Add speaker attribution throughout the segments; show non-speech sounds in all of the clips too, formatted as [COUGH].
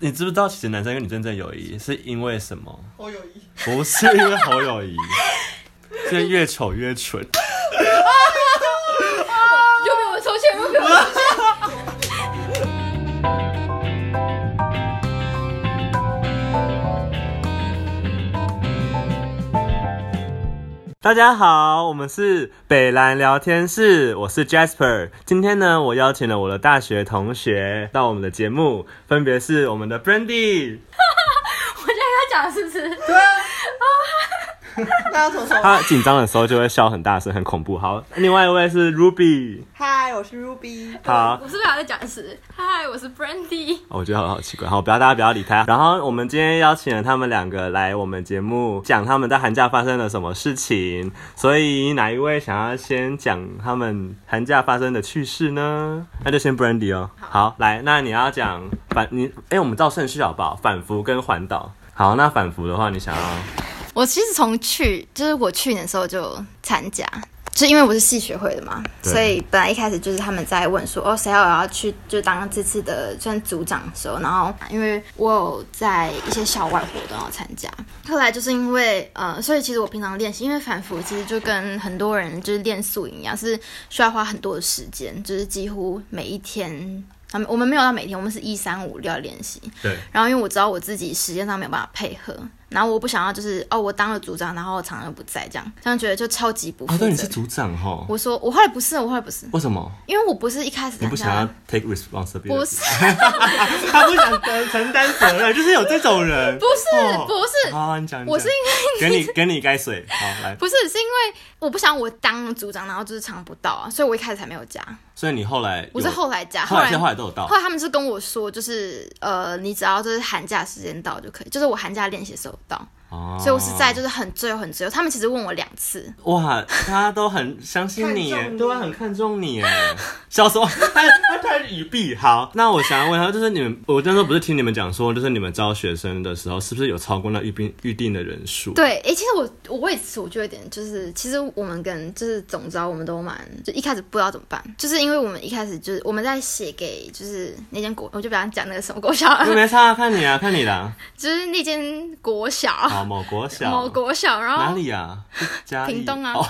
Speaker 1: 你知不知道，其实男生跟女生的友谊是因为什么？
Speaker 2: 我有一，
Speaker 1: 不是因为好友谊，是越丑越蠢。
Speaker 3: 又被我们抽签，又被我们抽
Speaker 1: 大家好，我们是北兰聊天室，我是 Jasper。今天呢，我邀请了我的大学同学到我们的节目，分别是我们的 Brandy，
Speaker 3: 我现在要讲是不是？
Speaker 2: 对啊，大家从什么？
Speaker 1: 她紧张的时候就会笑很大声，很恐怖。好，另外一位是 Ruby，
Speaker 2: 嗨，我是 Ruby。
Speaker 1: 好
Speaker 3: 我，是不是还在讲是？嗨，我是 Brandy。
Speaker 1: 哦我觉得好好奇怪，好，不要大家不要理他。然后我们今天邀请了他们两个来我们节目，讲他们在寒假发生了什么事情。所以哪一位想要先讲他们寒假发生的趣事呢？那就先 Brandy 哦。好，来，那你要讲反你，哎、我们照顺序好不好？反服跟环岛。好，那反服的话，你想要
Speaker 3: 我其实从去，就是我去年的时候就参加，就因为我是系学会的嘛，
Speaker 1: 对
Speaker 3: 所以本来一开始就是他们在问说，哦，谁要我要去就当这次的算组长的时候，然后因为我有在一些校外活动要参加，后来就是因为呃，所以其实我平常练习，因为反复其实就跟很多人就是练素营一样，是需要花很多的时间，就是几乎每一天。他们我们没有到每天，我们是一三五六要练习，
Speaker 1: 对
Speaker 3: 然后因为我知道我自己时间上没有办法配合，然后我不想要就是哦，我当了组长，然后常常又不在这样，这样觉得就超级不
Speaker 1: 啊？
Speaker 3: 负责
Speaker 1: 对，
Speaker 3: 任。
Speaker 1: 你是组长哈？
Speaker 3: 我说我后来不是，我后来不是，
Speaker 1: 为什么
Speaker 3: 因为我不是一开始
Speaker 1: 你不
Speaker 3: 参加
Speaker 1: 想要
Speaker 3: 的
Speaker 1: take responsibility？
Speaker 3: 不是
Speaker 1: 他不想承承担责任，就是有这种人。
Speaker 3: 不是
Speaker 1: 哦
Speaker 3: 不是
Speaker 1: [LAUGHS] 好、你讲，你讲
Speaker 3: 我是
Speaker 1: 给你给你一盖水，好来。
Speaker 3: 不是，是因为我不想我当了组长，然后就是常不到啊，所以我一开始还没有加，
Speaker 1: 所以你后来有
Speaker 3: 我是后来加，
Speaker 1: 后
Speaker 3: 来
Speaker 1: 来后来都有到
Speaker 3: 后，来他们是跟我说，就是呃，你只要就是寒假时间到就可以，就是我寒假练习的时候到，
Speaker 1: 哦
Speaker 3: 所以我是在就是很最后很最后，他们其实问我两次，
Speaker 1: 哇，他都很相信你
Speaker 2: 看
Speaker 1: 耶，
Speaker 2: 中你
Speaker 1: 对啊，很看重你耶。小时候他他突然语毕，好，那我想要问他，就是你们，我那时候不是听你们讲说，就是你们招学生的时候，是不是有超过那预定预定的人数？
Speaker 3: 对，诶，其实我我为此我就有点就是，其实我们跟就是总招我们都蛮，就一开始不知道怎么办，就是因为我们一开始就是我们在写给就是那间国，我就不想讲那个什么国小，
Speaker 1: 就没差啊，看你啊，看你啦。
Speaker 3: [LAUGHS] 就是那间国小
Speaker 1: 好，某国小，
Speaker 3: 某国小，然
Speaker 1: 哦哪
Speaker 3: 后
Speaker 1: 里呀、啊？嘉义
Speaker 3: 屏东啊
Speaker 1: 哦、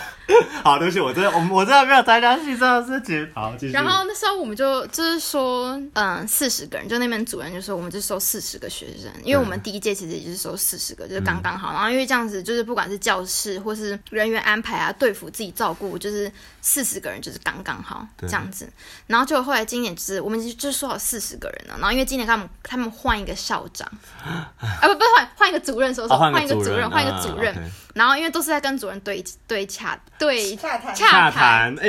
Speaker 1: 好，对 [LAUGHS] 不起，我真的，我我真的没有参加系这种事情。好，继续。
Speaker 3: 然后那时候我们就就是说，嗯，四十个人，就那边主任就说，我们就收四十个学生，因为我们第一届其实也就是收四十个，就是刚刚好。然后因为这样子，就是不管是教室或是人员安排啊，队服自己照顾，就是四十个人就是刚刚好这样子。然后就后来今年就是我们就就说好四十个人了，然后因为今年他们他们换一个校长，啊不不是换换一个主任，说说
Speaker 1: 哦换
Speaker 3: 换一个主任，换一个
Speaker 1: 啊
Speaker 3: 主任。
Speaker 1: OK
Speaker 3: 然后因为都是在跟主任对对洽 [LAUGHS] 对
Speaker 2: 洽谈
Speaker 1: 洽
Speaker 3: 洽谈
Speaker 1: 谈。哎、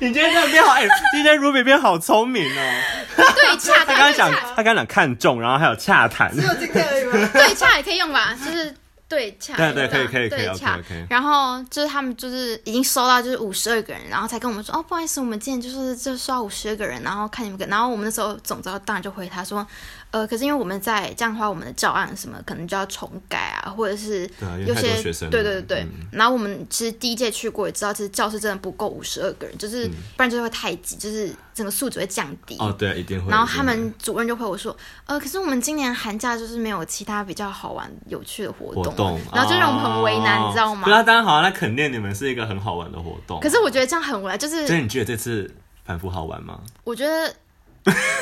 Speaker 1: 你你今天这样变好，哎、今天 Ruby 变好聪明哦。
Speaker 3: 对 [LAUGHS] 洽谈，
Speaker 1: 他刚刚
Speaker 3: 对
Speaker 1: 讲，
Speaker 3: 洽
Speaker 1: 他刚刚讲看中，然后还有洽谈。
Speaker 2: 只有今天而已 [LAUGHS] 吗？
Speaker 3: 对洽也可以用吧，就是对洽。
Speaker 1: 对对
Speaker 3: 吧
Speaker 1: 可以可以可以
Speaker 3: 对洽
Speaker 1: OK，OK。
Speaker 3: 然后就是他们就是已经收到就是五十二个人，然后才跟我们说哦，不好意思，我们今天就是就收到五十二个人，然后看你们跟，然后我们那时候总招当然就回他说，呃，可是因为我们在这样的话，我们的教案什么可能就要重改啊，或者是
Speaker 1: 对啊因为
Speaker 3: 有
Speaker 1: 太多
Speaker 3: 些
Speaker 1: 学生了嗯
Speaker 3: 对对对对。然后我们其实第一届去过，也知道其实教室真的不够五十二个人，就是不然就会太挤，就是整个素质会降低。
Speaker 1: 嗯哦，对，一定会。
Speaker 3: 然后他
Speaker 1: 一定
Speaker 3: 们主任就回我说，呃，可是我们今年寒假就是没有其他比较好玩、有趣的活
Speaker 1: 会活
Speaker 3: 动，
Speaker 1: 动，
Speaker 3: 然后就让我们很为难，
Speaker 1: 哦
Speaker 3: 你知道吗
Speaker 1: 对？啊，当然好啊，那肯定你们是一个很好玩的活动。
Speaker 3: 可是我觉得这样很无聊，就是
Speaker 1: 所以你觉得这次反复好玩吗？
Speaker 3: 我觉得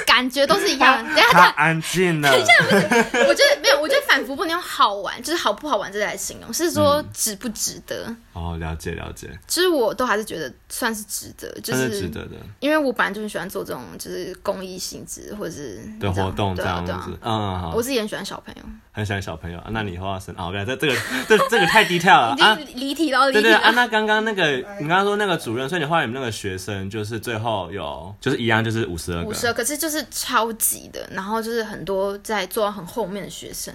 Speaker 3: 感觉都是
Speaker 1: [LAUGHS]
Speaker 3: 一样。等一下，
Speaker 1: 他安
Speaker 3: [LAUGHS]
Speaker 1: 静了。
Speaker 3: 我觉得没有，我觉得反复不能用好玩，就是好不好玩这来形容，是
Speaker 1: 嗯
Speaker 3: 说值不值得。
Speaker 1: 哦，了解了解，
Speaker 3: 其实我都还是觉得算是值得，就
Speaker 1: 这是
Speaker 3: 是
Speaker 1: 值得的。
Speaker 3: 因为我本来就很喜欢做这种就是公益性质或者是你知
Speaker 1: 的
Speaker 3: 道
Speaker 1: 活动这
Speaker 3: 对啊
Speaker 1: 样
Speaker 3: 对啊
Speaker 1: 子，嗯，好
Speaker 3: 我，自己很喜欢小朋友，
Speaker 1: 很喜欢小朋友。啊那你以后要生哦，不要这这个这这个太 detail
Speaker 3: [LAUGHS]
Speaker 1: 了
Speaker 3: 已
Speaker 1: 啊！
Speaker 3: 经离题到离
Speaker 1: 对
Speaker 3: 题
Speaker 1: 对啊，
Speaker 3: 了。
Speaker 1: 那刚刚那个你刚刚说那个主任，所以你后来你们那个学生就是最后有就是一样就是五十二个，
Speaker 3: 五十，可是就是超级的，然后就是很多在坐到很后面的学生，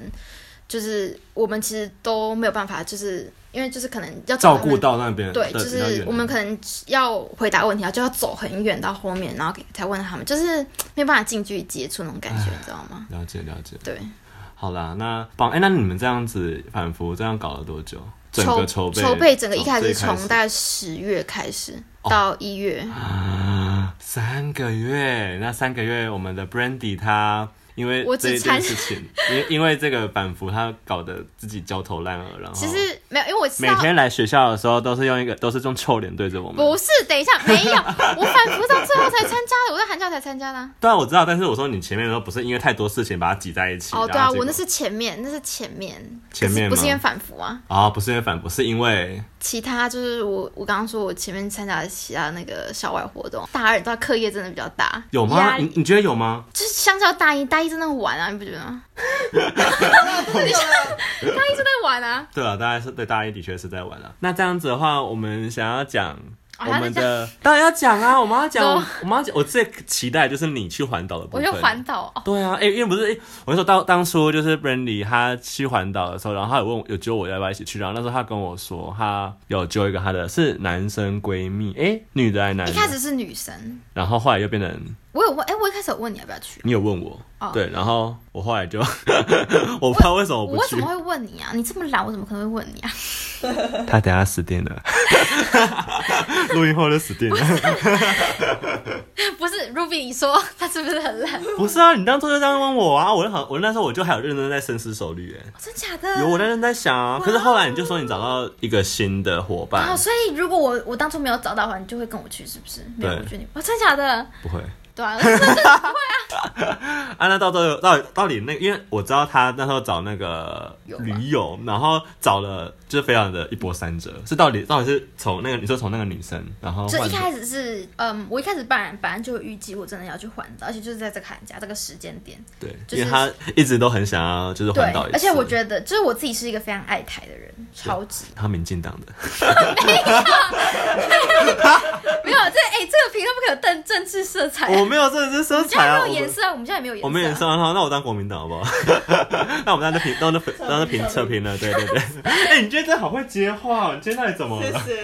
Speaker 3: 就是我们其实都没有办法，就是因为就是可能要找
Speaker 1: 照
Speaker 3: 他们
Speaker 1: 顾。到那边
Speaker 3: 对，
Speaker 1: 的
Speaker 3: 就
Speaker 1: 比较远
Speaker 3: 是
Speaker 1: 的
Speaker 3: 我们可能要回答问题啊，就要走很远到后面，然后给才问他们，就是没有办法近距离接触那种感觉，你知道吗？
Speaker 1: 了解了解。
Speaker 3: 对，
Speaker 1: 好啦，那帮哎，那你们这样子反复这样搞了多久？整个筹备
Speaker 3: 筹备整个一
Speaker 1: 从
Speaker 3: 开
Speaker 1: 最哦
Speaker 3: 始从大概十月开始到一月，
Speaker 1: 啊三个月，那三个月我们的 Brandy 她因为
Speaker 3: 我
Speaker 1: 这
Speaker 3: 只
Speaker 1: 一
Speaker 3: 参
Speaker 1: 件事情，因因为这个板斧他搞得自己焦头烂额，然后
Speaker 3: 其实没有，因为我知
Speaker 1: 每
Speaker 3: 道
Speaker 1: 天来学校的时候都是用一个都是用臭脸对着我们
Speaker 3: 不。是，等一下，没有，我反复到最后才参加的，我在寒假才参加的啊、
Speaker 1: 对啊，我知道，但是我说你前面的时候不是因为太多事情把它挤在一起。
Speaker 3: 哦，对
Speaker 1: 然
Speaker 3: 啊，
Speaker 1: 后结果
Speaker 3: 我那是前面，那是前面，
Speaker 1: 前面
Speaker 3: 可是不是
Speaker 1: 吗
Speaker 3: 因为反复啊，
Speaker 1: 哦，不是因为反驳，是因为
Speaker 3: 其他就是我我刚刚说我前面参加的其他那个校外活动，大二你知道课业真的比较大，
Speaker 1: 有吗？
Speaker 3: 压
Speaker 1: 你
Speaker 3: 力
Speaker 1: 你觉得有吗？
Speaker 3: 就是相较大一，大一真的玩啊，你不觉得吗？
Speaker 1: [LAUGHS] 啊
Speaker 2: 真的有了，
Speaker 3: 大一真的玩啊，
Speaker 1: 对啊，大家是对大一的确是在玩啊。那这样子的话，我们想要讲。
Speaker 3: 哦
Speaker 1: 我
Speaker 3: 还要
Speaker 1: 们
Speaker 3: 再
Speaker 1: 的当然要讲啊，我们
Speaker 3: [LAUGHS]
Speaker 1: 要讲
Speaker 3: 走，
Speaker 1: 我们要讲，我最期待就是你去环岛的部
Speaker 3: 我
Speaker 1: 分。
Speaker 3: 就环岛哦，
Speaker 1: 对啊，哎、因为不是，哎，我那时候当当初就是 Brandy 他去环岛的时候，然后他有问我有揪我要不要一起去，然后那时候他跟我说他有揪一个他的是男生闺蜜，哎、女的还是男
Speaker 3: 一
Speaker 1: 的？
Speaker 3: 开始是女生，
Speaker 1: 然后后来又变成
Speaker 3: 我有问，哎、我一开始有问你要不要去，
Speaker 1: 你有问我，
Speaker 3: 哦
Speaker 1: 对，然后我后来就 [LAUGHS] 我不知道为什么
Speaker 3: 我
Speaker 1: 不
Speaker 3: 为什
Speaker 1: 去
Speaker 3: 么，会问你啊？你这么懒，我怎么可能会问你啊？
Speaker 1: 他等下死定了， [LAUGHS] 录音后就死定了。
Speaker 3: [LAUGHS] 不是 Ruby，你说他是不是很懒？
Speaker 1: 不是啊，你当初就这样问我啊，我就好，我那时候我就还有认真在深思熟虑，哎，
Speaker 3: 真假的？
Speaker 1: 有我认真在想啊，可是后来你就说你找到一个新的伙伴，
Speaker 3: 哦，所以如果我我当初没有找到的话，你就会跟我去，是不是？没有，
Speaker 1: 对
Speaker 3: 我觉得你哇，真假
Speaker 1: [LAUGHS]
Speaker 3: 的？
Speaker 1: 不会。
Speaker 3: 对啊，真的
Speaker 1: 啊，那到最后到底到底那个因为我知道他那时候找那个
Speaker 3: 有
Speaker 1: 驴
Speaker 3: 吧
Speaker 1: 友，然后找了就是非常的一波三折，是到底到底是从那个你说从那个女生，然后
Speaker 3: 就
Speaker 1: 换
Speaker 3: 一开始是，嗯，我一开始本来本来就有预计我真的要去环岛，而且就是在这个寒假这个时间点，
Speaker 1: 对，
Speaker 3: 就是
Speaker 1: 因为他一直都很想要就是
Speaker 3: 对
Speaker 1: 环岛一，次，
Speaker 3: 而且我觉得就是我自己是一个非常爱台的人，超级
Speaker 1: 他民进党的，
Speaker 3: 没有这哎、这个频道不可有政政治色彩、
Speaker 1: 我
Speaker 3: 啊，
Speaker 1: 没有这这色
Speaker 3: 我现
Speaker 1: 彩
Speaker 3: 在
Speaker 1: 啊，
Speaker 3: 没有
Speaker 1: 我
Speaker 3: 颜
Speaker 1: 不
Speaker 3: 色啊，我们现在也没有颜色、啊，
Speaker 1: 我没有颜色啊，那那我当国民党好不好？ [LAUGHS] 那我们当那评当那评当那评测评了，对
Speaker 3: [LAUGHS]
Speaker 1: 对对。哎、你今天真的好会接话哦，你今天到底怎么
Speaker 2: 谢
Speaker 1: 了？
Speaker 2: 谢。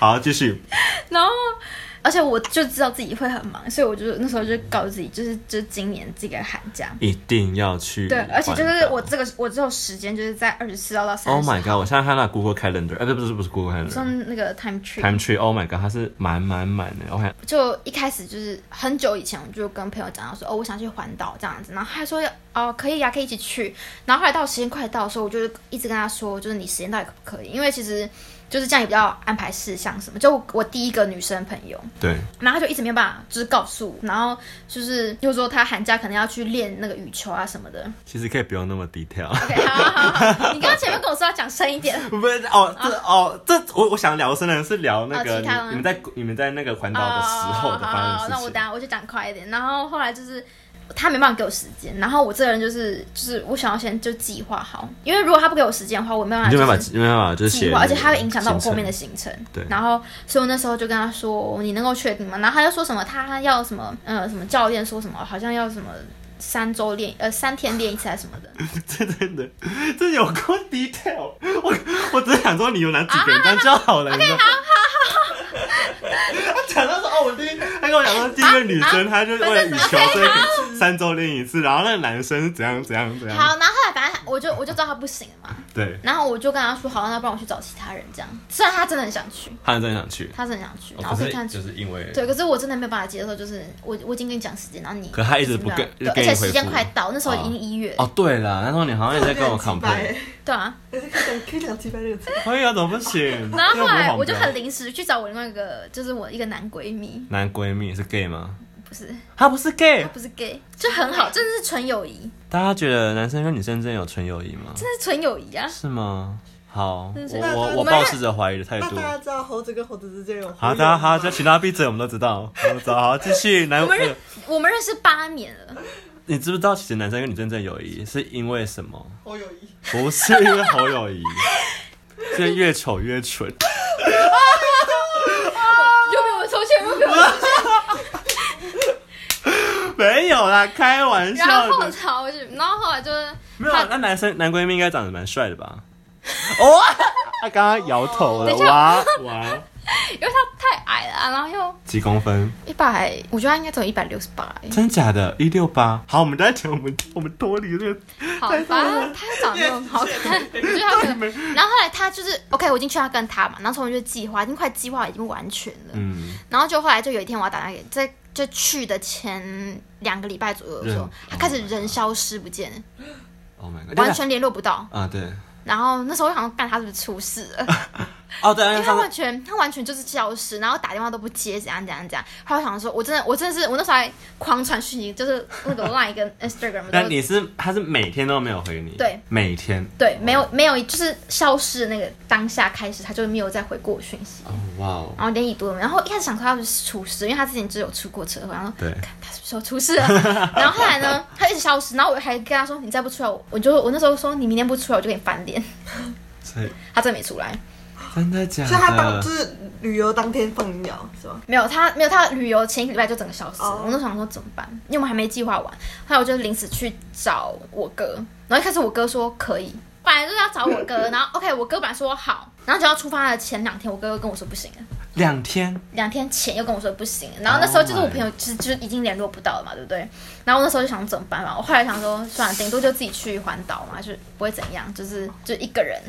Speaker 1: 好，继续。
Speaker 3: 然后，而且我就知道自己会很忙，所以我就那时候就告诉自己，就是就今年这个寒假。
Speaker 1: 一定要去
Speaker 3: 对
Speaker 1: 嗯环岛。，
Speaker 3: 而且就是我这个我只有时间就是在二十四号到三十。
Speaker 1: Oh my god！我现在看那 Google Calendar，哎、不是不是不是 Google
Speaker 3: 像
Speaker 1: Calendar。
Speaker 3: 那个 time tree，
Speaker 1: Time Tree, Oh my God，它是满满满的。OK，
Speaker 3: 就一开始就是很久以前，我就跟朋友讲到说，哦，我想去环岛这样子，然后他还说，哦，可以呀、可以一起去。然后后来到时间快到的时候，我就一直跟他说，就是你时间到底可不可以？因为其实就是这样也比较安排事项什么。就我我第一个女生朋友，
Speaker 1: 对，
Speaker 3: 然后他就一直没有办法，就是告诉我，然后就是又说他寒假可能要去练那个羽球啊什么的。
Speaker 1: 其实可以不用那么低调。
Speaker 3: OK，好好好好，你刚刚前面跟我说要讲深一点。
Speaker 1: 不是哦，这哦这我我想聊的是呢，是聊那个、
Speaker 3: 啊哦其他吗哦
Speaker 1: 你你们在你们在那个环岛的时候的发生的
Speaker 3: 那
Speaker 1: 事
Speaker 3: 我
Speaker 1: 情。
Speaker 3: 等下我就讲快一点。然后后来就是他没办法给我时间，然后我这个人就是就是我想要先就计划好，因为如果他不给我时间的话，我没办法、
Speaker 1: 你就
Speaker 3: 啊就是、
Speaker 1: 没办法，没办法，就是写
Speaker 3: 计
Speaker 1: 那个
Speaker 3: 划，
Speaker 1: 行程，
Speaker 3: 而且它会影响到我后面的行程。
Speaker 1: 对
Speaker 3: 然后，所以我那时候就跟他说：“你能够确定吗？”然后他就说什么他要什么呃什么教练说什么好像要什么三周练呃三天练一次还是什么的。
Speaker 1: [LAUGHS] 真的真的，这有够 detail。我我只是想说，你有拿几本章就好
Speaker 3: [LAUGHS]
Speaker 1: 了。你知道吗？ [LAUGHS] 他讲到说哦，我第一，他跟我讲说，第一个女生她就是为了羽球，所以三周练一次，然后那个男生是怎样怎样怎样，
Speaker 3: 好，然后后来反正我就我就知道他不行了嘛，
Speaker 1: 对，
Speaker 3: 然后我就跟他说：“好，那不然我去找其他人这样。”虽然他真的很想去，
Speaker 1: 他真的想去，
Speaker 3: 他真的很想去，
Speaker 1: 哦
Speaker 3: 然后可以看出。
Speaker 1: 是因为
Speaker 3: 对，可是我真的没有办法接受，就是我我已经跟你讲时间，然后你
Speaker 1: 可他一直不
Speaker 3: 就
Speaker 1: 跟
Speaker 3: 是没有
Speaker 1: 跟
Speaker 3: 对，
Speaker 1: 你
Speaker 3: 而且
Speaker 1: 回
Speaker 3: 时间
Speaker 1: 复
Speaker 3: 快到，那时候已
Speaker 1: 哦
Speaker 3: 经一月，
Speaker 1: 哦对了，那时候你好像也 [LAUGHS] 在跟我 complain，
Speaker 3: [LAUGHS] 对啊。
Speaker 2: 可以聊击败这个词，
Speaker 1: 可以啊，怎么不行？
Speaker 3: 然后后
Speaker 1: 这样不
Speaker 3: 来
Speaker 1: 是
Speaker 3: 我就
Speaker 1: 黄标
Speaker 3: 很临时去找我另外一个，就是我一个男闺蜜，
Speaker 1: 男闺蜜是 gay 吗？
Speaker 3: 不是
Speaker 1: 他不是 gay，
Speaker 3: 不是 gay，就很好，真的是纯友谊，
Speaker 1: 大家觉得男生跟女生之间有纯友谊吗？
Speaker 3: 真的是纯友谊啊。
Speaker 1: 是吗？好，我
Speaker 3: 是
Speaker 1: 我我
Speaker 2: 我们
Speaker 1: 抱持着怀疑的态
Speaker 2: 那
Speaker 1: 度
Speaker 2: 大。家知道猴子跟猴子之间有
Speaker 1: 好，大
Speaker 2: 的，
Speaker 1: 家好，就请大家闭嘴，我们都知道。我们走，好，继续。男，
Speaker 3: 我们
Speaker 1: 呃
Speaker 3: 认我们认识八年了，
Speaker 1: 你知不知道，其实男生跟女生真的友谊是因为什么？
Speaker 2: 好友谊，
Speaker 1: 不是因为好友谊， [LAUGHS] 是越丑越蠢。 [LAUGHS]
Speaker 3: 又被我们抽签，又被我们
Speaker 1: 没有啦，开玩
Speaker 3: 然
Speaker 1: 笑
Speaker 3: 后
Speaker 1: 的。
Speaker 3: 超去，然后后来就是
Speaker 1: 没有啊，那男生男闺蜜应该长得蛮帅的吧？ [LAUGHS] 哦，他刚刚摇头了，
Speaker 3: 等一下
Speaker 1: 哇哇，哦
Speaker 3: 因为他太矮了啊，然后又
Speaker 1: 几公分？
Speaker 3: 一百，我觉得他应该只有一百六十八，
Speaker 1: 真假的？一六八？好，我们再讲，我们我们脱离这个
Speaker 3: 好，反正他长得没有
Speaker 1: [LAUGHS]
Speaker 3: 很好看，就是他可能。然后后来他就是 OK，我已经劝他跟他嘛，然后从我就计划，已经快计划已经完全了。
Speaker 1: 嗯。
Speaker 3: 然后就后来就有一天我要打电话给，在就去的前两个礼拜左右的时候
Speaker 1: 人，
Speaker 3: 他开始人消失不见，
Speaker 1: Oh my god！
Speaker 3: 完全联络不到。
Speaker 1: 啊，对，
Speaker 3: 然后那时候我想说，干他是不是出事
Speaker 1: [LAUGHS]
Speaker 3: 了？
Speaker 1: 哦对，因
Speaker 3: 因为他完全他完全就是消失，然后打电话都不接，怎样怎样怎样。后来我想说，我真的我真的是我那时候还狂传讯息，就是那个 Line 跟 Instagram
Speaker 1: 那
Speaker 3: 都
Speaker 1: 你是他是每天都没有回你？
Speaker 3: 呃对，
Speaker 1: 每天。
Speaker 3: 对没有没有就是消失的那个当下开始，他就没有再回过我讯息，
Speaker 1: 哦，哇哦，
Speaker 3: 然后连已读都没有。然后一开始想说他是不是出事，因为他之前就有出过车祸，然后
Speaker 1: 对，
Speaker 3: 他什么时候出事了？啊然后后来呢，他一直消失，然后我还跟他说，你再不出来，我我就我那时候说你明天不出来，我就给你翻脸。
Speaker 1: 所以
Speaker 3: 他真的没出来，
Speaker 1: 真的假的？
Speaker 2: 所以他当就是旅游当天放鸟是吧？
Speaker 3: 没有他没有他旅游前一个礼拜就整个消失了
Speaker 2: 哦
Speaker 3: 我那时候想说怎么办，因为我们还没计划完，后来我就临时去找我哥，然后一开始我哥说可以，本来就是要找我哥，然后 OK 我哥本来说好，然后就要出发的前两天，我哥又跟我说不行了。
Speaker 1: 两天，
Speaker 3: 两天前又跟我说不行，然后那时候
Speaker 1: 哦哎
Speaker 3: 就是我朋友其实就是已经联络不到了嘛，对不对？然后我那时候就想怎么办嘛，我后来想说算了，顶多就自己去环岛嘛，就不会怎样，就是就一个人，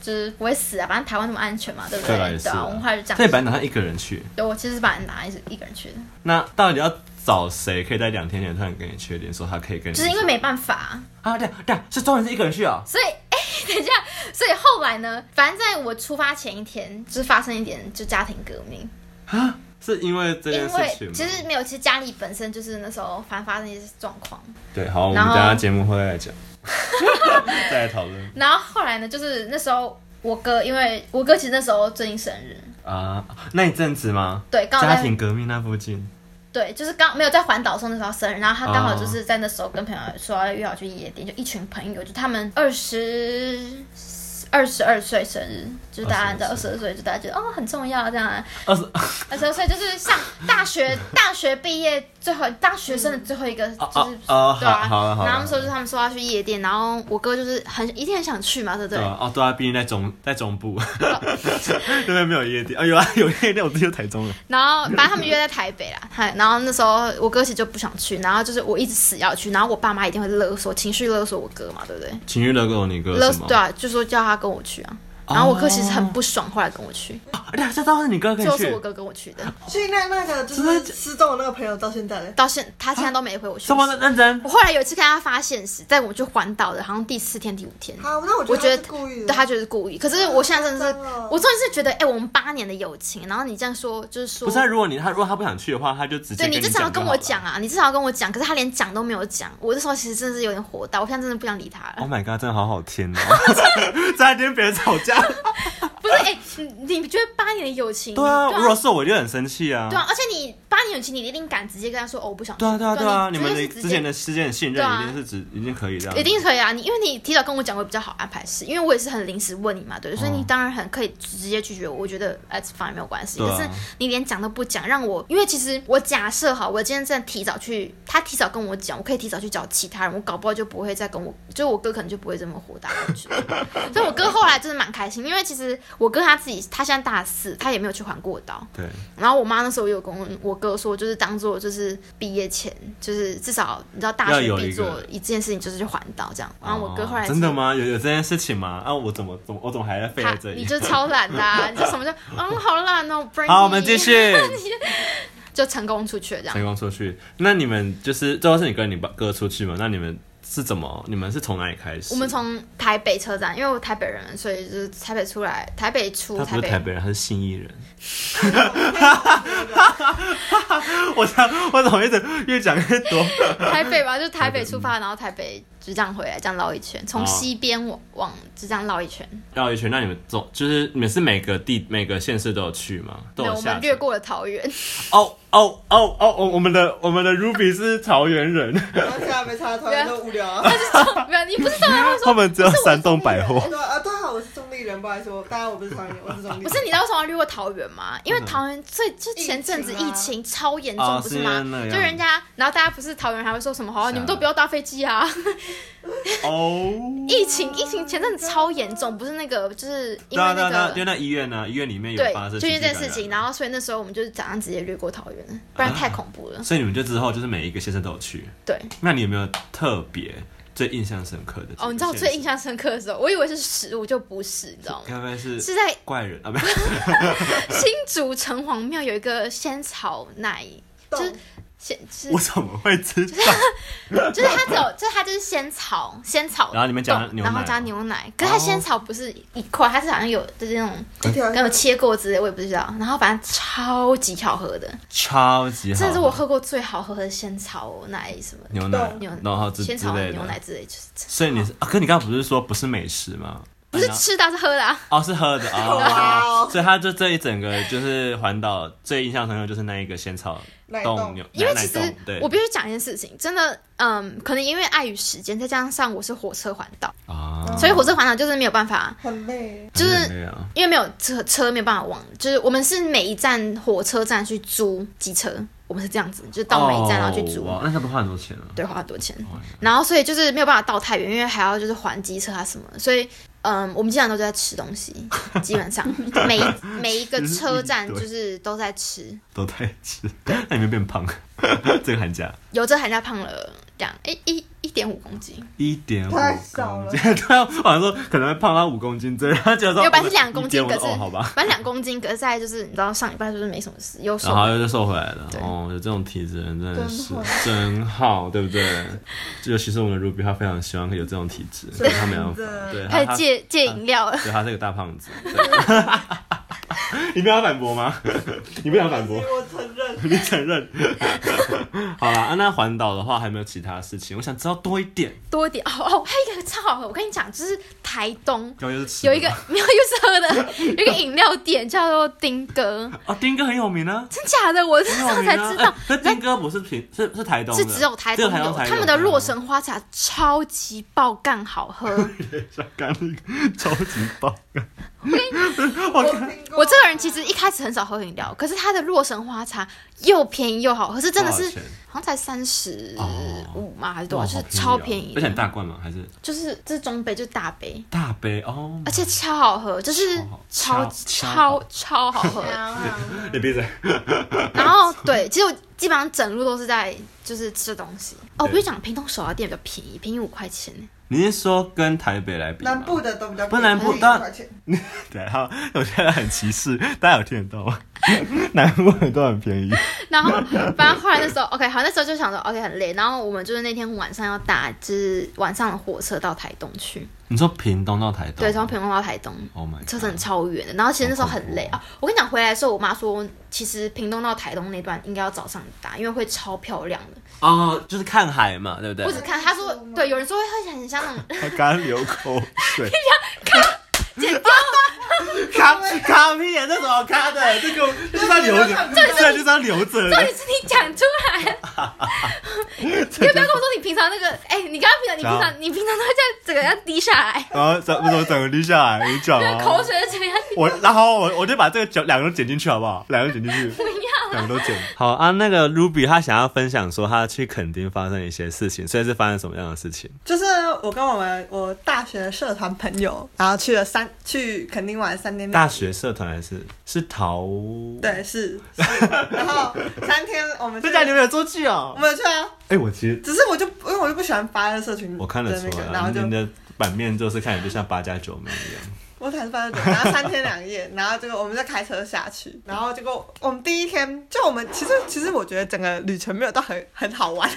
Speaker 3: 就是不会死啊，反正台湾那么安全嘛，对不对？
Speaker 1: 对吧？也是
Speaker 3: 对啊，
Speaker 1: 啊。
Speaker 3: 我们后来就这
Speaker 1: 所以
Speaker 3: 样。
Speaker 1: 本来打算一个人去，
Speaker 3: 对，我其实是把人拿一一个人去的，
Speaker 1: 那到底要找谁可以在两天前突然跟你确定说他可以跟你一起？
Speaker 3: 就是因为没办法，
Speaker 1: 啊，对对，是中人是一个人去哦。
Speaker 3: 所以 [LAUGHS] 哎、等一下，所以后来呢，反正在我出发前一天，就是发生一点就家庭革命，
Speaker 1: 啊，是因为这件
Speaker 3: 因
Speaker 1: 事情
Speaker 3: 为
Speaker 1: 吗？
Speaker 3: 其实没有，其实家里本身就是那时候反正发生一些状况，
Speaker 1: 对，好，我们
Speaker 3: 然后
Speaker 1: 等一下节目会再讲，再来讨论
Speaker 3: 然后后来呢，就是那时候我哥，因为我哥其实那时候最近生日，
Speaker 1: 啊。那一阵子吗？
Speaker 3: 对，刚好
Speaker 1: 家
Speaker 3: 在
Speaker 1: 庭革命那附近，
Speaker 3: 对，就是刚没有在环岛的时候那时候生日，然后他刚好就是在那时候跟朋友说要约好去夜店，就一群朋友，就他们二十二十二岁生日，就是大家在二
Speaker 1: 22
Speaker 3: 十二岁，就大家觉得哦很重要这样啊，
Speaker 1: 二十
Speaker 3: 二十二岁就是上大学大学毕业最后大学生的最后一个
Speaker 1: 哦
Speaker 3: 就是。
Speaker 1: 哦，
Speaker 3: 对啊，
Speaker 1: 好好了好了。
Speaker 3: 然后那时候就是他们说要去夜店，然后我哥就是很一定很想去嘛，对哦不
Speaker 1: 对
Speaker 3: 对？
Speaker 1: 啊，哦，对啊，毕竟在中在中部， [LAUGHS] 那边没有夜店啊，有啊，有夜店，我自己就台中了。
Speaker 3: 然后反正他们约在台北啦， [LAUGHS] 嗨，然后那时候我哥其实就不想去，然后就是我一直死要去，然后我爸妈一定会勒索，情绪勒索我哥嘛，对不对？
Speaker 1: 情欲勒狗，你哥
Speaker 3: 勒
Speaker 1: 什么？
Speaker 3: 对啊，就说叫他跟我去啊。然后我哥其实很不爽，后来跟我去，
Speaker 1: 啊，对啊，这都是你哥可以
Speaker 3: 就
Speaker 1: 去
Speaker 3: 是我。哥跟我去的，
Speaker 2: 所以那那个就
Speaker 1: 真的
Speaker 2: 是
Speaker 1: 假
Speaker 2: 失踪的那个朋友到现在嘞，
Speaker 3: 到现他现在都没回我讯
Speaker 1: 这么
Speaker 3: 息。
Speaker 1: 认真
Speaker 3: 我后来有一次看他发现时，在我们去环岛的，好像第四天、第五天，
Speaker 2: 好，那我
Speaker 3: 我
Speaker 2: 觉
Speaker 3: 觉得
Speaker 2: 得他是故意
Speaker 3: 对
Speaker 2: 的，
Speaker 3: 他就是故意。可是我现在真的是
Speaker 2: 真的，
Speaker 3: 我真的是觉得，哎，我们八年的友情，然后你这样说，就是说
Speaker 1: 不是啊？如果你他如果他不想去的话，他就直接
Speaker 3: 对
Speaker 1: 跟
Speaker 3: 你
Speaker 1: 你
Speaker 3: 至少要
Speaker 1: 就
Speaker 3: 跟
Speaker 1: 好
Speaker 3: 我
Speaker 1: 了。
Speaker 3: 讲啊，你至少要跟我讲。可是他连讲都没有讲，我那时候其实真的是有点火大，我现在真的不想理他了。
Speaker 1: Oh my god，真的好好听哦， [LAUGHS] 在那边别人吵架。
Speaker 3: 啊不是，哎、你你觉得八年的友情，
Speaker 1: 对啊，
Speaker 3: 对
Speaker 1: 如果是我，我就很生气啊
Speaker 3: 对。啊而且你八年友情，你一定敢直接跟他说，哦，我不想去。
Speaker 1: 对啊，对啊，对啊，你
Speaker 3: 你
Speaker 1: 们
Speaker 3: 绝对
Speaker 1: 的
Speaker 3: 是直
Speaker 1: 之
Speaker 3: 接
Speaker 1: 前的之间的信
Speaker 3: 对
Speaker 1: 任
Speaker 3: 啊
Speaker 1: 一定是只一定可以这样。
Speaker 3: 一定可以啊，你因为你提早跟我讲，我也比较好安排事，因为我也是很临时问你嘛，
Speaker 1: 嗯
Speaker 3: 对，所以你当然很可以直接拒绝我，我觉得 that's fine 没有关系。
Speaker 1: 对啊
Speaker 3: 可是你连讲都不讲，让我，因为其实我假设哈，我今天真的提早去，他提早跟我讲，我可以提早去找其他人，我搞不好就不会再跟我，就我哥可能就不会这么火大我觉得 [LAUGHS] 所以我哥后来真的蛮开心，因为其实我哥他自己，他现在大四，他也没有去环过岛，
Speaker 1: 对，
Speaker 3: 然后我妈那时候也有跟我哥说，就是当做就是毕业前，就是至少你知道大
Speaker 1: 要
Speaker 3: 学
Speaker 1: 有
Speaker 3: 必
Speaker 1: 一个
Speaker 3: 做一件事情就是去环岛这样。然后我哥后来
Speaker 1: 哦
Speaker 3: 是
Speaker 1: 真的？吗？有有这件事情吗？啊，我怎么怎么我怎么还在废
Speaker 3: 他
Speaker 1: 在这
Speaker 3: 你
Speaker 1: 里？
Speaker 3: 就超懒的、啊，你就什么就嗯好懒哦。不然
Speaker 1: [LAUGHS] 好，
Speaker 3: 你
Speaker 1: 我们继，续 [LAUGHS]
Speaker 3: 就成功出去了这样
Speaker 1: 成。功出去。那你们就是最后是你跟你爸哥出去嘛？那你们是怎么？你们是从哪里开始？
Speaker 3: 我们从台北车站，因为我台北人，所以就是台北出来，台北出，
Speaker 1: 他不
Speaker 3: 台
Speaker 1: 是
Speaker 3: 北
Speaker 1: 台北人，他是信
Speaker 3: [LAUGHS]
Speaker 1: 义人。我想，我怎么一直越讲越多？
Speaker 3: 台北吧，就台北出发，然后台北就这样回来，这样绕一圈，从
Speaker 1: 哦
Speaker 3: 西边往往就这样绕一圈。
Speaker 1: 绕一圈，那你们走，就是你们是每个地每个县市都有去吗？都
Speaker 3: 没有，
Speaker 1: 有
Speaker 3: 我
Speaker 1: 下
Speaker 3: 们
Speaker 1: 去
Speaker 3: 略。过了桃园。 [LAUGHS]
Speaker 1: 哦哦哦哦，我我们的我们的 Ruby 是桃园人，
Speaker 2: 然后现在没差，他
Speaker 3: 对啊
Speaker 2: 们都无聊啊。
Speaker 3: 没有，你不是
Speaker 1: [LAUGHS]
Speaker 3: 上来会说
Speaker 1: 他们只有山东百货。
Speaker 2: 对啊，对啊，我是中立人，不好意思，我大家我不是商人，我是中立。
Speaker 3: 不是，你知道为什么要略过桃园吗？因为
Speaker 1: 嗯
Speaker 3: 桃园最就前阵子
Speaker 2: 疫情啊
Speaker 3: 疫情超严重，
Speaker 1: 哦
Speaker 3: 不是吗
Speaker 1: 是那？样
Speaker 3: 就人家，然后大家不是桃园还会说什么？好，
Speaker 1: 啊
Speaker 3: 你们都不要搭飞机啊！ [LAUGHS]
Speaker 1: 哦，
Speaker 3: 疫情疫情前阵子超严重，不是那个，就是
Speaker 1: 对
Speaker 3: 因为
Speaker 1: 啊
Speaker 3: 那
Speaker 1: 对啊，
Speaker 3: 个
Speaker 1: 就那医院呢，医院里面有
Speaker 3: 对
Speaker 1: 发生，
Speaker 3: 就因为这件
Speaker 1: 件
Speaker 3: 事情，然后所以那时候我们就是早上直接略过桃园，不
Speaker 1: 啊
Speaker 3: 然太恐怖了。
Speaker 1: 所以你们就之后就是每一个县市都有去。
Speaker 3: 对，
Speaker 1: 那你有没有特别最印象深刻的？
Speaker 3: 哦，你知道我最印象深刻的时候，我以为是食物，就不是，你知道吗？
Speaker 1: 该不会是
Speaker 3: 是在 [COUGHS]
Speaker 1: 怪人啊？不是，
Speaker 3: [LAUGHS] 新竹城隍庙有一个仙草奶，
Speaker 2: 懂
Speaker 3: [LAUGHS] 就是先是
Speaker 1: 我怎么会知道？
Speaker 3: 就是 [LAUGHS] 它只有，就是它就是仙草，仙草冻，
Speaker 1: 然后里面加牛奶哦
Speaker 3: 然后加牛奶。可是它仙草不是一块，它是好像有就是那种
Speaker 2: 一条
Speaker 3: 跟有切过之类，我也不知道。然后反正超级好喝的，
Speaker 1: 超级好，
Speaker 3: 这是我喝过最好喝的仙草奶什么的
Speaker 1: 牛奶
Speaker 3: 牛奶，
Speaker 1: 然后之
Speaker 3: 仙
Speaker 1: 之
Speaker 3: 草
Speaker 1: 类
Speaker 3: 牛奶
Speaker 1: 的。
Speaker 3: 之类，就是这
Speaker 1: 所以你是，啊可你刚刚不是说不是美食吗？
Speaker 3: 不是
Speaker 1: 然后
Speaker 3: 吃的啊，是喝的啊。
Speaker 1: 哦，是喝的
Speaker 3: [LAUGHS]
Speaker 2: 哇
Speaker 1: 哦
Speaker 2: 哦，
Speaker 1: 所以他就这一整个就是环岛最印象深刻就是那一个仙草
Speaker 2: 奶
Speaker 1: 冻
Speaker 2: 冻
Speaker 1: 牛，
Speaker 3: 因为
Speaker 1: 奶
Speaker 3: 其实
Speaker 1: 奶冻对
Speaker 3: 我必须讲一件事情，真的，嗯，可能因为碍于时间，再加上我是火车环岛，
Speaker 1: 啊，
Speaker 3: 所以火车环岛就是没有办法，
Speaker 2: 很累，
Speaker 3: 就是
Speaker 1: 很累啊
Speaker 3: 因为没有车车没有办法往，就是我们是每一站火车站去租机车，我们是这样子，就是到每一站然后去租，
Speaker 1: 哦哇那他不花很多钱啊？
Speaker 3: 对，花很多钱，然后所以就是没有办法到太远，因为还要就是还机车啊什么的，所以。嗯，我们经常都在吃东
Speaker 1: [LAUGHS]
Speaker 3: 西，基本上每一每一个车站就是都在吃。
Speaker 1: 都太吃，那你没变胖？ [LAUGHS] 这个寒假
Speaker 3: 有这寒假胖了两诶一一点五公斤，
Speaker 1: 一点五
Speaker 2: 太少
Speaker 1: 公斤， [LAUGHS] 对啊，我好像说可能会胖到五公斤之类，他觉得说
Speaker 3: 没有，本来是两公斤，
Speaker 1: 1.5
Speaker 3: 可是
Speaker 1: 哦，好吧，
Speaker 3: 本来两公斤，可是在就是你知道上礼拜就是没什么事，又瘦
Speaker 1: 然，后又就瘦回来了。
Speaker 3: 对
Speaker 1: 哦，有这种体质的人真的是
Speaker 2: 真好
Speaker 1: 真好，对不
Speaker 3: [LAUGHS]
Speaker 1: 对？尤其是我们的 Ruby，他非常希望有这种体质，所以他没办法
Speaker 2: 真，的
Speaker 1: 对，
Speaker 3: 开
Speaker 1: 他
Speaker 3: 始
Speaker 1: 他
Speaker 3: 戒戒饮料了。
Speaker 1: 对他是个大胖子。对 [LAUGHS] 你不想反驳吗？ [LAUGHS] 你不想反驳？
Speaker 2: 我承认。
Speaker 1: 你承认？ [LAUGHS] 好啦，啊那环岛的话，还有没有其他事情？我想知道多一点。
Speaker 3: 多一点哦哦，还有一个超好喝，我跟你讲，就是台东
Speaker 1: 然后就是吃
Speaker 3: 有一 [LAUGHS] 个
Speaker 1: 的
Speaker 3: 没有又是喝的，有一个饮料店叫做丁哥， [LAUGHS]
Speaker 1: 啊，丁哥很有名啊，
Speaker 3: 真假的？我是
Speaker 1: 很有
Speaker 3: 上次
Speaker 1: 名
Speaker 3: 才
Speaker 1: 啊。
Speaker 3: 知道
Speaker 1: 哎，那丁哥不是平是是台东的，
Speaker 3: 是只有台
Speaker 1: 只
Speaker 3: 东
Speaker 1: 有
Speaker 3: 有，
Speaker 1: 才有
Speaker 3: 他们的洛
Speaker 1: [LAUGHS]
Speaker 3: 神花茶超级爆干好 [LAUGHS] 喝。
Speaker 1: 香港那个超级棒。我看
Speaker 3: 我这个人其实一开始很少喝饮料，可是他的洛神花茶又便宜又好喝，是真的是
Speaker 1: 多少钱
Speaker 3: 好像才三十五嘛还是多
Speaker 1: 哇
Speaker 3: 少，啊就是超便宜
Speaker 1: 啊而，且很大罐吗？还是
Speaker 3: 就是这中杯就是大杯。
Speaker 1: 大杯哦？
Speaker 3: 而且超好喝，就是
Speaker 1: 超
Speaker 3: 超
Speaker 1: 好
Speaker 3: 超超好 [LAUGHS] 喝，
Speaker 1: 你闭嘴！
Speaker 3: 然后对，其实我基本上整路都是在就是吃东西。哦，
Speaker 1: 对
Speaker 3: 不是讲屏东手摇店比较便宜，便宜五块钱。
Speaker 1: 你是说跟台北来比吗？
Speaker 2: 南部的都比较
Speaker 1: 不南部
Speaker 2: 便宜
Speaker 1: 当
Speaker 2: 块钱
Speaker 1: 对，好，我现在很歧视，大家有听得到吗？南部的都很便宜，
Speaker 3: 然后反正后来那时候 OK，好，那时候就想说 OK 很累，然后我们就是那天晚上要打就是晚上的火车到台东去，
Speaker 1: 你说屏东到台东？
Speaker 3: 对，从屏东到台东。
Speaker 1: Oh my，
Speaker 3: 车程超远的，然后其实那时候很累
Speaker 1: 好
Speaker 3: 啊。我跟你讲，回来的时候，我妈说，其实屏东到台东那段应该要早上打，因为会超漂亮的。
Speaker 1: 哦，就是看海嘛，对不对
Speaker 3: 我？只看她说，对，有人说会很像那种
Speaker 1: 他刚刚流口水，卡卡屁眼，这怎么卡的？这个就是要留着，这就是要留着
Speaker 3: 到
Speaker 1: 的
Speaker 3: 底。是你讲出来？你不要跟我说你平常那个，哎、你刚刚平常你平
Speaker 1: 怎样
Speaker 3: 常你平常都会这样整个要滴下来，
Speaker 1: 然后怎么整个滴下来？你讲
Speaker 3: 那个口
Speaker 1: 啊！
Speaker 3: 水怎样？
Speaker 1: [LAUGHS] 我然后我我就把这个脚两个都剪进去好不好？两个剪进去，
Speaker 3: 不要
Speaker 1: 两个都剪。好啊，那个 Ruby 她想要分享说她去垦丁发生一些事情，所以是发生什么样的事情？
Speaker 2: 就是我跟我们我大学的社团朋友，然后去了三去垦丁玩三天两夜
Speaker 1: 大学社团还是是桃？，
Speaker 2: 对，是，是然后三天我们去，
Speaker 1: 们有做剧
Speaker 2: 我
Speaker 1: 哦。
Speaker 2: 们有去啊，
Speaker 1: 哎，我其实
Speaker 2: 只是我就因为我就不喜欢发在社群、那个，
Speaker 1: 我看得出来
Speaker 2: 然
Speaker 1: 啊，
Speaker 2: 后就
Speaker 1: 你的版面就是看起来就像八加九妹一 [LAUGHS] 样。
Speaker 2: 我才是八十九，然后三天两夜， [LAUGHS] 然后这个我们再开车下去，然后结果我们第一天就我们其实其实我觉得整个旅程没有到很很好玩
Speaker 1: [LAUGHS]
Speaker 2: 啊，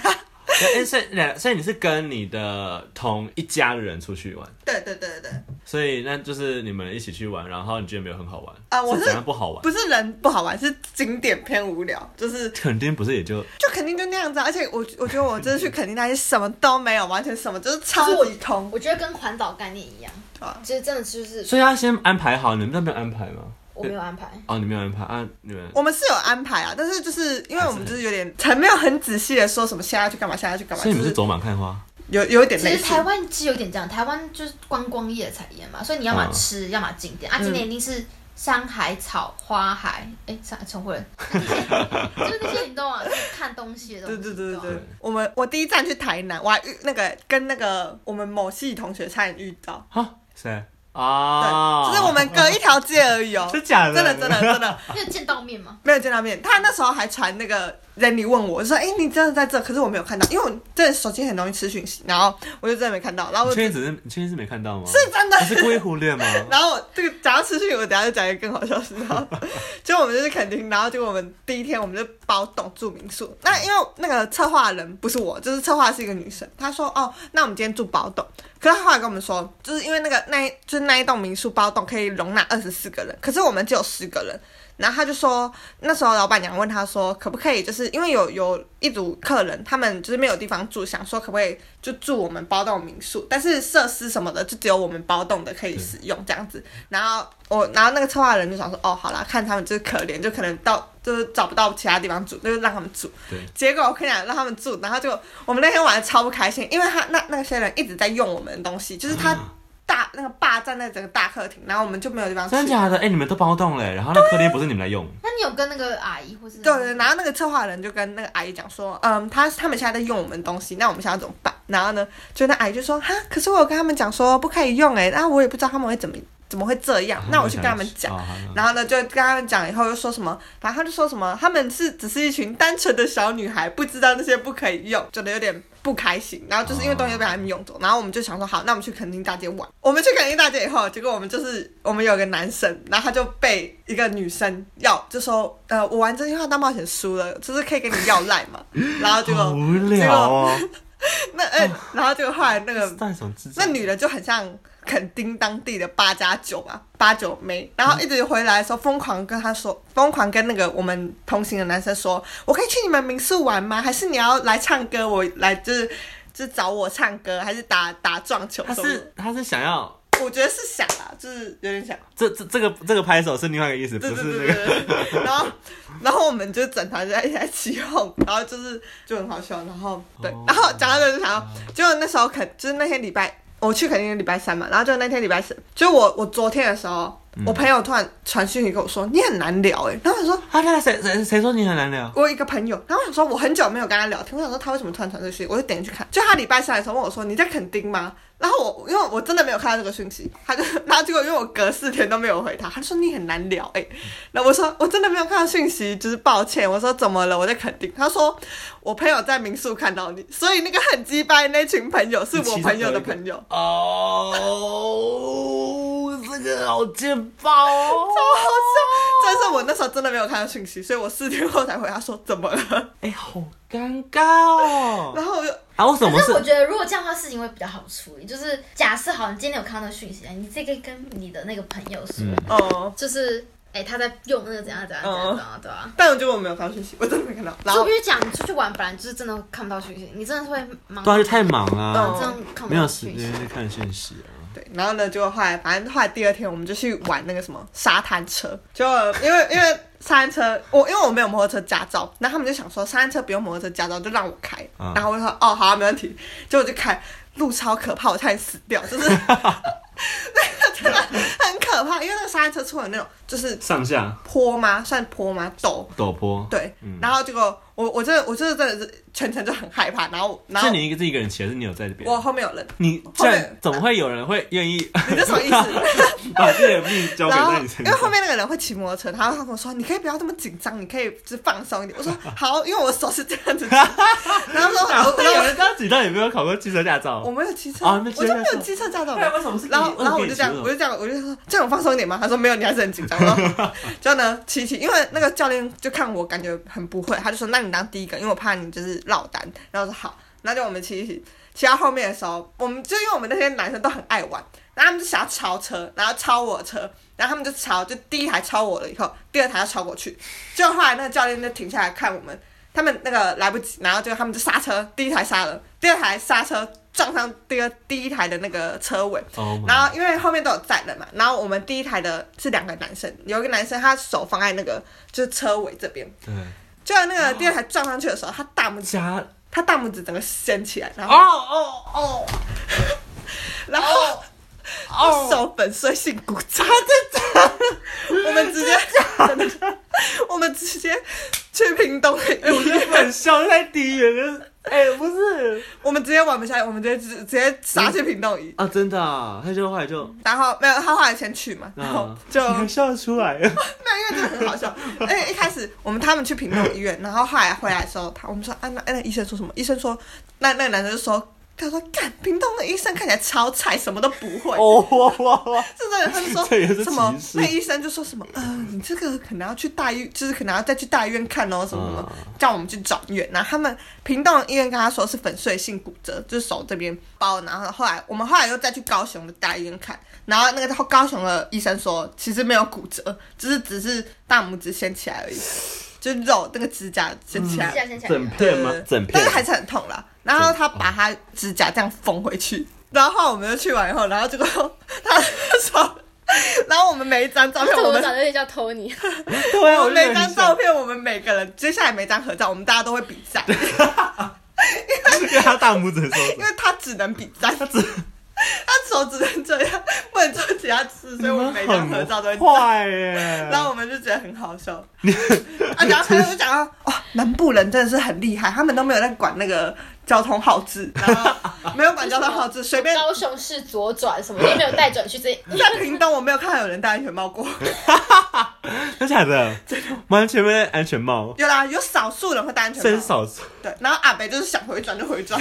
Speaker 1: 哎，所以所以你是跟你的同一家人出去玩，
Speaker 2: 对对对对对，
Speaker 1: 所以那就是你们一起去玩，然后你觉得没有很好玩
Speaker 2: 啊我是
Speaker 1: 怎样不好玩？
Speaker 2: 不是人不好玩，是景点偏无聊，就是
Speaker 1: 肯定不是，也就
Speaker 2: 就肯定就那样子啊、而且我我觉得我
Speaker 1: [LAUGHS]
Speaker 2: 真的去肯定那些什么都没有，完全什么就是超级空，
Speaker 3: 我觉得跟环岛概念一样，
Speaker 2: 啊
Speaker 3: 就是真的就是
Speaker 1: 所以要先安排好，你们那边有安排吗？
Speaker 3: 我没有安排。
Speaker 1: 哦，你没有安排啊？你们
Speaker 2: 我们是有安排啊，但是就是因为我们就是有点还没有很仔细的说什么现在要去干嘛，现在要去干嘛，
Speaker 1: 所以你
Speaker 2: 就
Speaker 1: 们是走马看花
Speaker 2: 有有一点
Speaker 3: 其
Speaker 2: 类
Speaker 3: 实
Speaker 2: 似
Speaker 3: 台。湾是有点这样，台湾就是观光业才一样嘛，所以你要么
Speaker 1: 嗯
Speaker 3: 吃，要么景点啊，景点一定是山海草、花海，哎、山重回人， [LAUGHS] 就是那些你懂啊，就是看东西的东
Speaker 2: 对
Speaker 3: 西。
Speaker 2: 对对对
Speaker 3: 懂啊
Speaker 2: 对，我们我第一站去台南，我还遇那个跟那个我们某系同学差点遇到，
Speaker 1: 啊？谁
Speaker 2: 对，
Speaker 1: 啊？
Speaker 2: 就是我们隔一条街而已哦
Speaker 1: [LAUGHS] ，真假的？
Speaker 2: 真的真的真的
Speaker 3: 你有见到面吗？
Speaker 2: 没有见到面。他那时候还传那个 Lenny 问我，就说：“哎、你真的在这？可是我没有看到，因为我真的手机很容易吃讯息，然后我就真的没看到。然后
Speaker 1: 你
Speaker 2: 我
Speaker 1: 确定
Speaker 2: 就
Speaker 1: 只是你确定是没看到吗？
Speaker 2: 是真的
Speaker 1: 你是故意忽略
Speaker 2: [LAUGHS]
Speaker 1: 吗？
Speaker 2: 然后这个讲到吃讯息，我等一下就讲一个更好笑的事。然后就我们就是垦丁，然后结果我们第一天我们就包栋住民宿。那因为那个策划人不是我，就是策划是一个女生，她说哦，那我们今天住包栋。可是她后来跟我们说，就是因为那个那一就是那一栋民宿包栋可以容纳二十四个人，可是我们只有十个人。然后她就说，那时候老板娘问她说，可不可以就是因为有有一组客人，他们就是没有地方住，想说可不可以就住我们包栋民宿，但是设施什么的就只有我们包栋的可以使用这样子。然后我，然后那个策划人就想说，哦，好啦，看他们就是可怜，就可能到就是找不到其他地方住，那就是让他们住。
Speaker 1: 对，
Speaker 2: 结果我跟你讲，让他们住，然后就我们那天玩的超不开心，因为他那那些人一直在用我们的东西，就是他大那个霸占在整个大客厅，然后我们就没有地方去。
Speaker 1: 真的假的？哎、你们都包栋嘞，然后那客厅不是你们来用，
Speaker 3: 那你有跟那个阿姨或是
Speaker 2: 对啊对，然后那个策划人就跟那个阿姨讲说，嗯，他他们现在在用我们东西，那我们现在要怎么办？然后呢，就那阿姨就说，哈，可是我有跟他们讲说不可以用、欸，哎，后我也不知道他们会怎么怎么会这样，那我去跟他们讲。
Speaker 1: 哦好
Speaker 2: 然后呢，就跟他们讲以后又说什么，反正他就说什么，他们是只是一群单纯的小女孩，不知道那些不可以用，觉得有点不开心。然后就是因为东西被他们用走，然后我们就想说，好，那我们去垦丁大街玩。我们去垦丁大街以后，结果我们就是我们有个男生，然后他就被一个女生要，就说，呃，我玩真心话大冒险输了，就是可以跟你要赖嘛。然后结
Speaker 1: 好
Speaker 2: 果
Speaker 1: 无聊哦，
Speaker 2: 那哎、然后结果后来那个
Speaker 1: 到底什么智
Speaker 2: 那
Speaker 1: 障？
Speaker 2: 女的就很像垦丁当地的八加九吧，八九妹，然后一直回来的时候疯狂跟他说，疯狂跟那个我们同行的男生说，我可以去你们民宿玩吗？还是你要来唱歌？我来就是就是找我唱歌，还是打打撞球
Speaker 1: 他
Speaker 2: 什么的？
Speaker 1: 是他是想要
Speaker 2: 我觉得是想啊，就是有点想。
Speaker 1: 这这这个这个拍手是另外一个意思，不
Speaker 2: 对
Speaker 1: 是
Speaker 2: 对
Speaker 1: 那
Speaker 2: 对
Speaker 1: 个。
Speaker 2: 对对，然后然后我们就整团就在一起在起哄，然后就是就很好笑，然后对
Speaker 1: 哦，
Speaker 2: 然后讲到这就想到，结果那时候肯就是那天礼拜我去肯定是礼拜三嘛，然后就那天礼拜四，就我我昨天的时候，
Speaker 1: 嗯
Speaker 2: 我朋友突然传讯息跟我说你很难聊哎、欸然后我说。
Speaker 1: 啊，那谁谁谁说你很难聊？
Speaker 2: 我有一个朋友，然后我想说，我很久没有跟他聊天，我想说他为什么突然传这个讯息，我就点进去看，就他礼拜三的时候问我说你在垦丁吗？然后我因为我真的没有看到这个讯息，他就然后结果因为我隔四天都没有回他，他说你很难聊 [LAUGHS] 哎、欸然后我说我真的没有看到讯息，就是抱歉，我说怎么了？我在垦丁，他说我朋友在民宿看到你，所以那个很鸡掰那群朋友是
Speaker 1: 你
Speaker 2: 我
Speaker 1: 其中
Speaker 2: 朋友
Speaker 1: 有
Speaker 2: 的
Speaker 1: 一个
Speaker 2: 朋友，
Speaker 1: 哦，这个好劲爆哦！
Speaker 2: 超好笑，但是我那时候真的没有看到讯息，所以我四天后才回他说怎么了， [LAUGHS]
Speaker 1: 哎、好尴尬哦。
Speaker 2: 然后我就。
Speaker 1: 啊，为什么
Speaker 3: 可是我
Speaker 1: 是？
Speaker 3: 觉得，如果这样的话，事情会比较好处理。就是假设好，你今天有看到那个讯息，哎你这个跟你的那个朋友说，
Speaker 1: 嗯哦
Speaker 2: 哦，
Speaker 3: 就是哎、他在用那个怎样怎样怎样怎样，对吧、
Speaker 2: 但我觉得我没有看到讯息，我真的没看到。然
Speaker 3: 就
Speaker 2: 后
Speaker 3: 因为讲你出去玩，本来就是真的看不到讯息，你真的是会忙，
Speaker 1: 对啊，就太忙
Speaker 2: 嗯
Speaker 1: 了，
Speaker 3: 这样看不
Speaker 1: 没有
Speaker 3: 到
Speaker 1: 时
Speaker 3: 讯
Speaker 1: 间
Speaker 3: 息。
Speaker 1: 去看讯息啊。
Speaker 2: 对，然后呢，结果后来，反正后来第二天我们就去玩那个什么沙滩车，就因为因为沙滩车，我因为我没有摩托车驾照，然后他们就想说沙滩车不用摩托车驾照就让我开，
Speaker 1: 嗯
Speaker 2: 然后我就说哦好、啊，没问题，结果我就开，路超可怕，我差点死掉，就是那个真的很可怕，因为那个沙滩车出了那种就是
Speaker 1: 上下
Speaker 2: 坡吗？算坡吗？陡。
Speaker 1: 陡坡，
Speaker 2: 对，然后结果我我这我这真的是全程就很害怕，然后然后
Speaker 1: 是你一个自己一个人骑，还是你有在这边？
Speaker 2: 我后面有人，
Speaker 1: 你
Speaker 2: 后
Speaker 1: 这
Speaker 2: 面
Speaker 1: 样怎么会有人会愿意
Speaker 2: 你这什么意思？
Speaker 1: 把自己的命交给
Speaker 2: 然后
Speaker 1: 在你身
Speaker 2: 因为
Speaker 1: 上？
Speaker 2: 后面那个人会骑摩托车，然后他跟我说：“你可以不要这么紧张，你可以就是放松一点。”我说：“好，因为我手是这样子。”然后说：“
Speaker 1: 哪
Speaker 2: 我
Speaker 1: 会有
Speaker 2: 我
Speaker 1: 人这样子？到底有没有考过汽车驾照？
Speaker 2: 我没有骑车，
Speaker 1: 啊
Speaker 2: 我
Speaker 1: 那
Speaker 2: 就
Speaker 1: 骑车
Speaker 2: 没有骑车驾照。”
Speaker 1: 对为什么是你
Speaker 2: 然后
Speaker 1: 为什么
Speaker 2: 然后
Speaker 1: 可
Speaker 2: 我
Speaker 1: 以
Speaker 2: 就
Speaker 1: 骑
Speaker 2: 这样
Speaker 1: 车，
Speaker 2: 我就这样，我就说：“这样我放松一点吗？”他说：“没有，你还是很紧张。”
Speaker 1: [LAUGHS]
Speaker 2: 然后就呢，骑骑，因为那个教练就看我感觉很不会，他就说：“那你当第一个，因为我怕你就是落单。”然后我说：“好。”那就我们骑一骑，骑到后面的时候，我们就因为我们那些男生都很爱玩，然后他们就想要超车，然后超我的车，然后他们就超，就第一台超我了以后，第二台要超过去，就后来那个教练就停下来看我们，他们那个来不及，然后就他们就刹车，第一台刹了，第二台刹车撞上第二第一台的那个车尾，
Speaker 1: Oh my-
Speaker 2: 然后因为后面都有站人嘛，然后我们第一台的是两个男生，有一个男生他手放在那个就是车尾这边，
Speaker 1: 对，
Speaker 2: 就在那个第二台撞上去的时候，他大拇指
Speaker 1: 加
Speaker 2: 他大拇指整个掀起来，然后
Speaker 1: 哦哦哦，
Speaker 2: [LAUGHS] 然后
Speaker 1: 哦
Speaker 2: [LAUGHS]
Speaker 1: 啊
Speaker 2: 手粉碎性骨折，真 [LAUGHS] 的，我们直
Speaker 1: [LAUGHS]
Speaker 2: 接真的，我们直接去屏东的医
Speaker 1: 哎我
Speaker 2: 院
Speaker 1: 原本笑太低了，就是哎、不是
Speaker 2: 我们直接玩不下去，我们直接直直接杀去屏东移。
Speaker 1: 啊，真的、啊，他就后来就
Speaker 2: 然后没有，他后来先去嘛，然后
Speaker 1: 啊，
Speaker 2: 就
Speaker 1: 你还笑得出来啊？
Speaker 2: 没有，因为真的很好笑。而且一开始我们他们去屏东医院，然后后来回来的时候，他我们说啊，那那医生说什么？医生说，那那个男生就说，他说干，屏东的医生看起来超菜，什么都不会。
Speaker 1: 哦哇哇哇！
Speaker 2: [LAUGHS] 是真的，他就
Speaker 1: [LAUGHS]
Speaker 2: 说
Speaker 1: 这也是
Speaker 2: 什么
Speaker 1: 歧？视
Speaker 2: 那医生就说什么？呃，你这个可能要去大医，就是可能要再去大医院看哦，什么什
Speaker 1: 啊
Speaker 2: 么，叫我们去转院。然后他们屏东的医院跟他说是粉碎性骨折，就是手这边包。然后后来我们后来又再去高雄的大医院看，然后那个高雄的医生说其实没有骨折，就是只是大拇指掀起来而已，就是肉那个指甲掀起来。
Speaker 3: 指甲先起来
Speaker 1: 整片吗
Speaker 2: 对？
Speaker 1: 整片
Speaker 2: 但是还是很痛啦。然后他把他指甲这样缝回去，然后后来我们就去完以后，然后结果他说，然后我们每一张照片，我
Speaker 3: 我
Speaker 2: 们
Speaker 3: 长得有点像 Tony，
Speaker 1: 对啊，
Speaker 2: 我
Speaker 1: 我就
Speaker 2: 们每
Speaker 1: 觉得很
Speaker 2: 一张照
Speaker 1: 像，
Speaker 2: 片，我们每个人接下来每一张合照，我们大家都会比赞，因
Speaker 1: 因为他大拇指说
Speaker 2: 为他只能比赞，
Speaker 1: 他只
Speaker 2: 他手只能这样，不能做其他事，所以我们每一张合照都会
Speaker 1: 很
Speaker 2: 赞。
Speaker 1: 坏耶。
Speaker 2: 然后我们就觉得很好笑。啊，然后他就讲到，哇，南部人真的是很厉害，他们都没有在管那个交通号志，然后没有管交通号志，随便。
Speaker 3: 高雄市左转什么都没有带转去这，
Speaker 2: 在屏东，我没有看到有人戴安全帽 [LAUGHS] 过。
Speaker 1: 真假的？完全没戴安全帽，
Speaker 2: 有啦，有少数人会戴安全帽。
Speaker 1: 真少数，
Speaker 2: 对，然后阿北就是想回转就回 [LAUGHS] 转，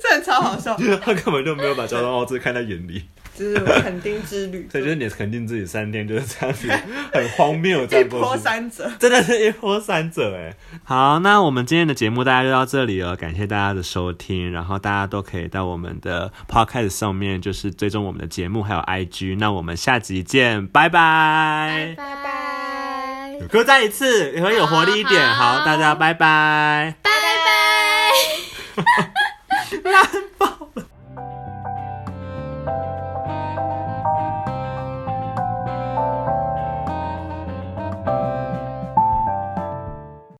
Speaker 2: 真的超好笑。
Speaker 1: 他根本就没有把交通号志看在眼里。
Speaker 2: 就是垦丁之旅，
Speaker 1: 所以就是你肯定自己三天就是这样子，很荒谬这
Speaker 2: 一
Speaker 1: 样过去
Speaker 2: 波三折。
Speaker 1: [LAUGHS] 真的是一波三折哎。好，那我们今天的节目大家就到这里了，感谢大家的收听，然后大家都可以到我们的 podcast 上面就是追踪我们的节目，还有 IG。那我们下集见，拜拜。
Speaker 3: 拜拜。
Speaker 1: 给我再一次，会有活力一点。
Speaker 3: 好
Speaker 1: 好，大家拜拜。
Speaker 3: 拜拜。